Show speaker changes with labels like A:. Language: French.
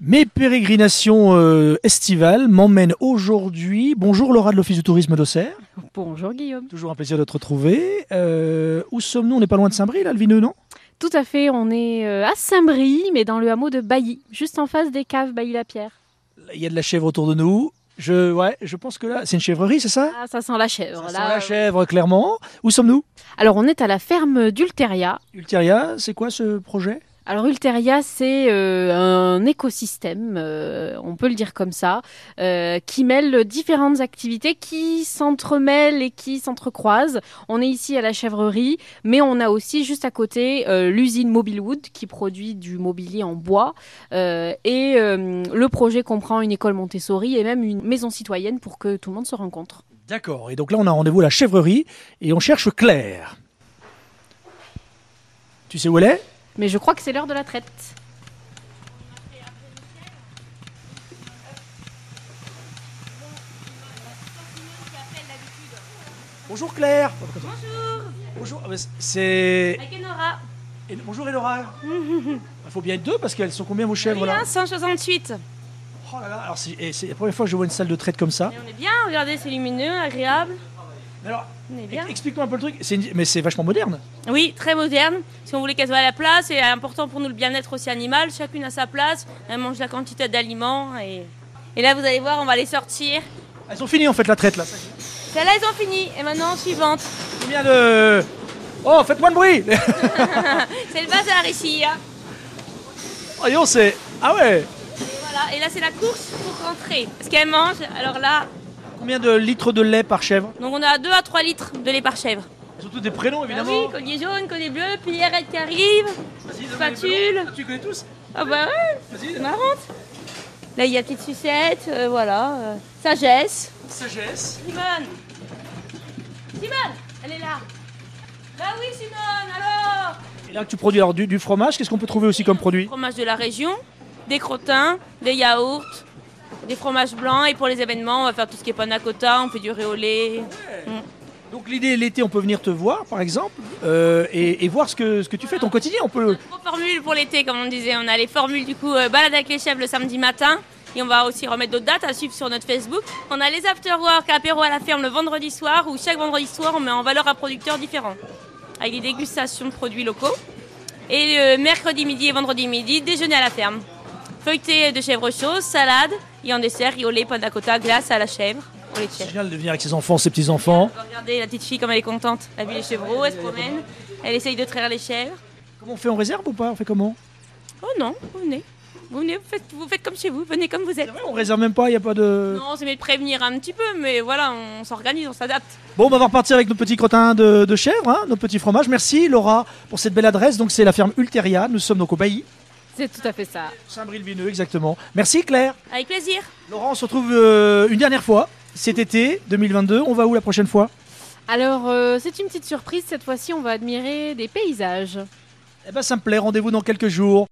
A: Mes pérégrinations euh, estivales m'emmènent aujourd'hui. Bonjour Laura de l'Office du tourisme d'Auxerre.
B: Bonjour Guillaume.
A: Toujours un plaisir de te retrouver. Euh, où sommes-nous On n'est pas loin de Saint-Brie, là, le vineux, non
B: Tout à fait, on est euh, à Saint-Brie, mais dans le hameau de Bailly, juste en face des caves Bailly-la-Pierre.
A: Il y a de la chèvre autour de nous. Je, ouais, je pense que là, c'est une chèvrerie, c'est ça
B: Ah, ça sent la chèvre.
A: Ça sent
B: là.
A: la chèvre, clairement. Où sommes-nous
B: Alors on est à la ferme d'Ulteria.
A: Ulteria, c'est quoi ce projet
B: Alors Ulteria, c'est euh, un écosystème, euh, on peut le dire comme ça, euh, qui mêle différentes activités qui s'entremêlent et qui s'entrecroisent. On est ici à la chèvrerie, mais on a aussi juste à côté euh, l'usine Mobilewood qui produit du mobilier en bois. Euh, et euh, le projet comprend une école Montessori et même une maison citoyenne pour que tout le monde se rencontre.
A: D'accord. Et donc là, on a rendez-vous à la chèvrerie et on cherche Claire. Tu sais où elle est
B: Mais je crois que c'est l'heure de la traite.
A: Bonjour Claire. Bonjour. Bonjour. Ah, mais C'est.
C: Avec Enora.
A: Et- Bonjour Elora. Il faut bien être deux parce qu'elles sont combien vos chèvres là
C: 168.
A: Oh là là, alors c'est et c'est la première fois que je vois une salle de traite comme ça.
C: Et on est bien, regardez, c'est lumineux, agréable.
A: Mais Alors,
C: On est bien.
A: ex- explique-moi un peu le truc. C'est une- Mais c'est vachement moderne.
C: Oui, très moderne. Si on voulait qu'elles soient à la place, c'est important pour nous le bien-être aussi animal. Chacune à sa place. Elles mangent la quantité d'aliments. Et... et là, vous allez voir, on va les sortir.
A: Elles ont fini en fait la traite là.
C: Celles-là, elles ont fini. Et maintenant, suivante.
A: Combien de. Oh, faites-moi de bruit
C: C'est le bazar ici. hein.
A: Voyons, c'est. Ah ouais
C: Voilà. Et là, c'est la course pour rentrer. Ce qu'elles mangent, alors là,
A: Combien de litres de lait par chèvre
C: donc on a 2 à 3 litres de lait par chèvre.
A: Surtout des prénoms
C: Ah
A: évidemment.
C: oui, collier jaune, collier bleu, pillerette qui arrive.
A: Vas-y, donne-moi les
C: spatule.
A: prénoms. Tu connais tous
C: Ah bah ouais.
A: Vas-y,
C: C'est marrante. Là, il y a petite sucette, euh, voilà. euh, sagesse.
A: sagesse.
C: Simone Simone Elle est là Bah oui, Simone, alors
A: Et là, tu produis alors du, du fromage. Qu'est-ce qu'on peut trouver aussi comme produit
C: Fromage de la région, des crottins, des yaourts, des fromages blancs. Et pour les événements, on va faire tout ce qui est panna cotta, on fait du réolé.
A: Donc l'idée l'été, on peut venir te voir par exemple euh, et, et voir ce que, ce que tu fais, ton quotidien. On peut.
C: Nos formules pour l'été, comme on disait. On a les formules, du coup, euh, balade avec les chefs le samedi matin. Et on va aussi remettre d'autres dates à suivre sur notre Facebook. On a les after-work apéro à la ferme le vendredi soir, où chaque vendredi soir, on met en valeur un producteur différent. Avec des dégustations de produits locaux. Et le mercredi midi et vendredi midi, déjeuner à la ferme. Feuilleté de chèvre chaud, salade, et en dessert, riolé, panna cotta, glace à la chèvre. Pour les
A: C'est
C: chèvres.
A: génial de venir avec ses enfants, ses petits enfants.
C: Regardez la petite fille comme elle est contente. Elle vit les chevreaux, elle se promène, elle essaye de traire les chèvres.
A: Comment on fait en réserve ou pas On fait comment
C: Oh non, vous venez. Vous venez, vous faites, vous faites comme chez vous, venez comme vous êtes.
A: On réserve même pas, il n'y a pas de.
C: Non, c'est mieux de prévenir un petit peu, mais voilà, on s'organise, on s'adapte.
A: Bon, bah, on va repartir avec nos petits crottins de, de chèvre, hein, nos petits fromages. Merci Laura pour cette belle adresse. Donc c'est la ferme Ulteria. Nous sommes donc au Bailly,
B: C'est tout à fait ça.
A: Saint-Bril-Vineux exactement. Merci Claire.
C: Avec plaisir.
A: Laura, on se retrouve euh, une dernière fois cet été 2022. On va où la prochaine fois
B: Alors, euh, c'est une petite surprise, cette fois-ci on va admirer des paysages.
A: Eh ben ça me plaît. Rendez-vous dans quelques jours.